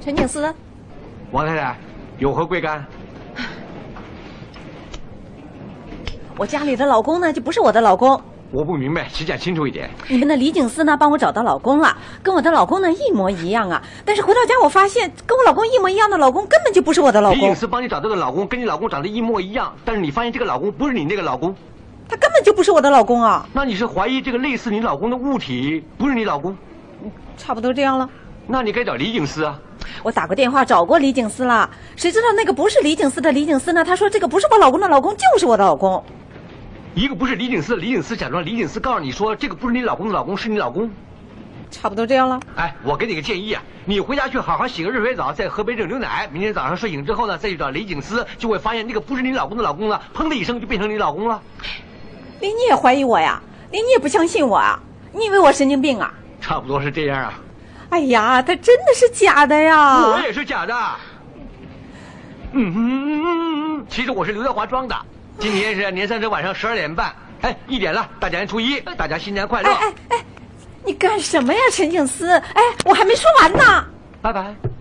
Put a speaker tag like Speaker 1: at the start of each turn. Speaker 1: 陈警司，
Speaker 2: 王太太，有何贵干？
Speaker 1: 我家里的老公呢就不是我的老公，
Speaker 2: 我不明白，请讲清楚一点。
Speaker 1: 你们的李警司呢帮我找到老公了，跟我的老公呢一模一样啊。但是回到家我发现，跟我老公一模一样的老公根本就不是我的老
Speaker 2: 李
Speaker 1: 公
Speaker 2: 影，师帮你找这个老公，跟你老公长得一模一样，但是你发现这个老公不是你那个老公，
Speaker 1: 他根本就不是我的老公啊，
Speaker 2: 那你是怀疑这个类似你老公的物体不是你老公？
Speaker 1: 差不多这样了。
Speaker 2: 那你该找李警司啊。
Speaker 1: 我打过电话找过李警司了，谁知道那个不是李警司的李警司呢？他说这个不是我老公的老公，就是我的老公。
Speaker 2: 一个不是李警司，李警司假装李警司告诉你说这个不是你老公的老公是你老公。
Speaker 1: 差不多这样了。
Speaker 2: 哎，我给你个建议啊，你回家去好好洗个热水澡，再喝杯热牛奶。明天早上睡醒之后呢，再去找李警司，就会发现那个不是你老公的老公了，砰的一声就变成你老公了。
Speaker 1: 连你也怀疑我呀？连你也不相信我啊？你以为我神经病啊？
Speaker 2: 差不多是这样啊。
Speaker 1: 哎呀，他真的是假的呀
Speaker 2: 我！也是假的。嗯哼，其实我是刘德华装的。今天是年三十晚上十二点半，哎，一点了，大年初一，大家新年快乐，
Speaker 1: 哎哎哎哎，你干什么呀，陈警司？哎，我还没说完呢。
Speaker 2: 拜拜。